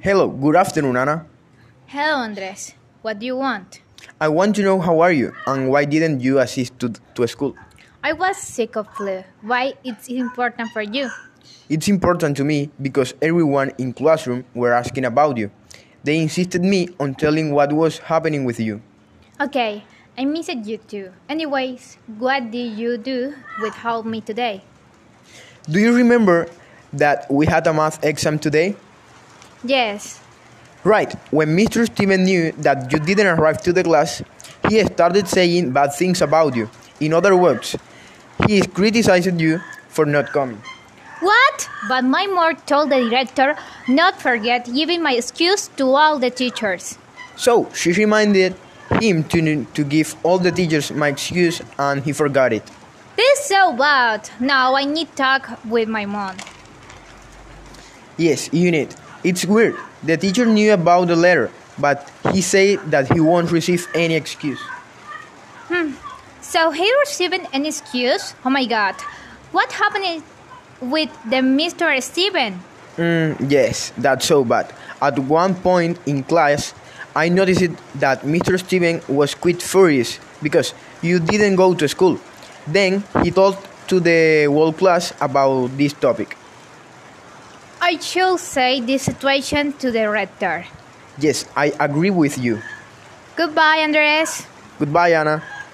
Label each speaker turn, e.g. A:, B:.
A: Hello, good afternoon, Anna.
B: Hello, Andres. What do you want?
A: I want to know how are you and why didn't you assist to, to school?
B: I was sick of flu. Why it's important for you?
A: It's important to me because everyone in classroom were asking about you. They insisted me on telling what was happening with you.
B: Okay, I missed you too. Anyways, what did you do with help me today?
A: Do you remember that we had a math exam today?
B: Yes,
A: Right, when Mr. Steven knew that you didn't arrive to the class, he started saying bad things about you. In other words, he criticized you for not coming.
B: What? But my mom told the director not forget giving my excuse to all the teachers.
A: So she reminded him to, to give all the teachers my excuse and he forgot it.
B: This is so bad. Now I need talk with my mom.
A: Yes, you need. It's weird. The teacher knew about the letter, but he said that he won't receive any excuse.
B: So he received an excuse? Oh my god. What happened with the Mr. Steven?
A: Mm, yes, that's so bad. At one point in class, I noticed that Mr. Steven was quite furious because you didn't go to school. Then he talked to the whole class about this topic.
B: I should say this situation to the director.
A: Yes, I agree with you.
B: Goodbye, Andres.
A: Goodbye, Anna.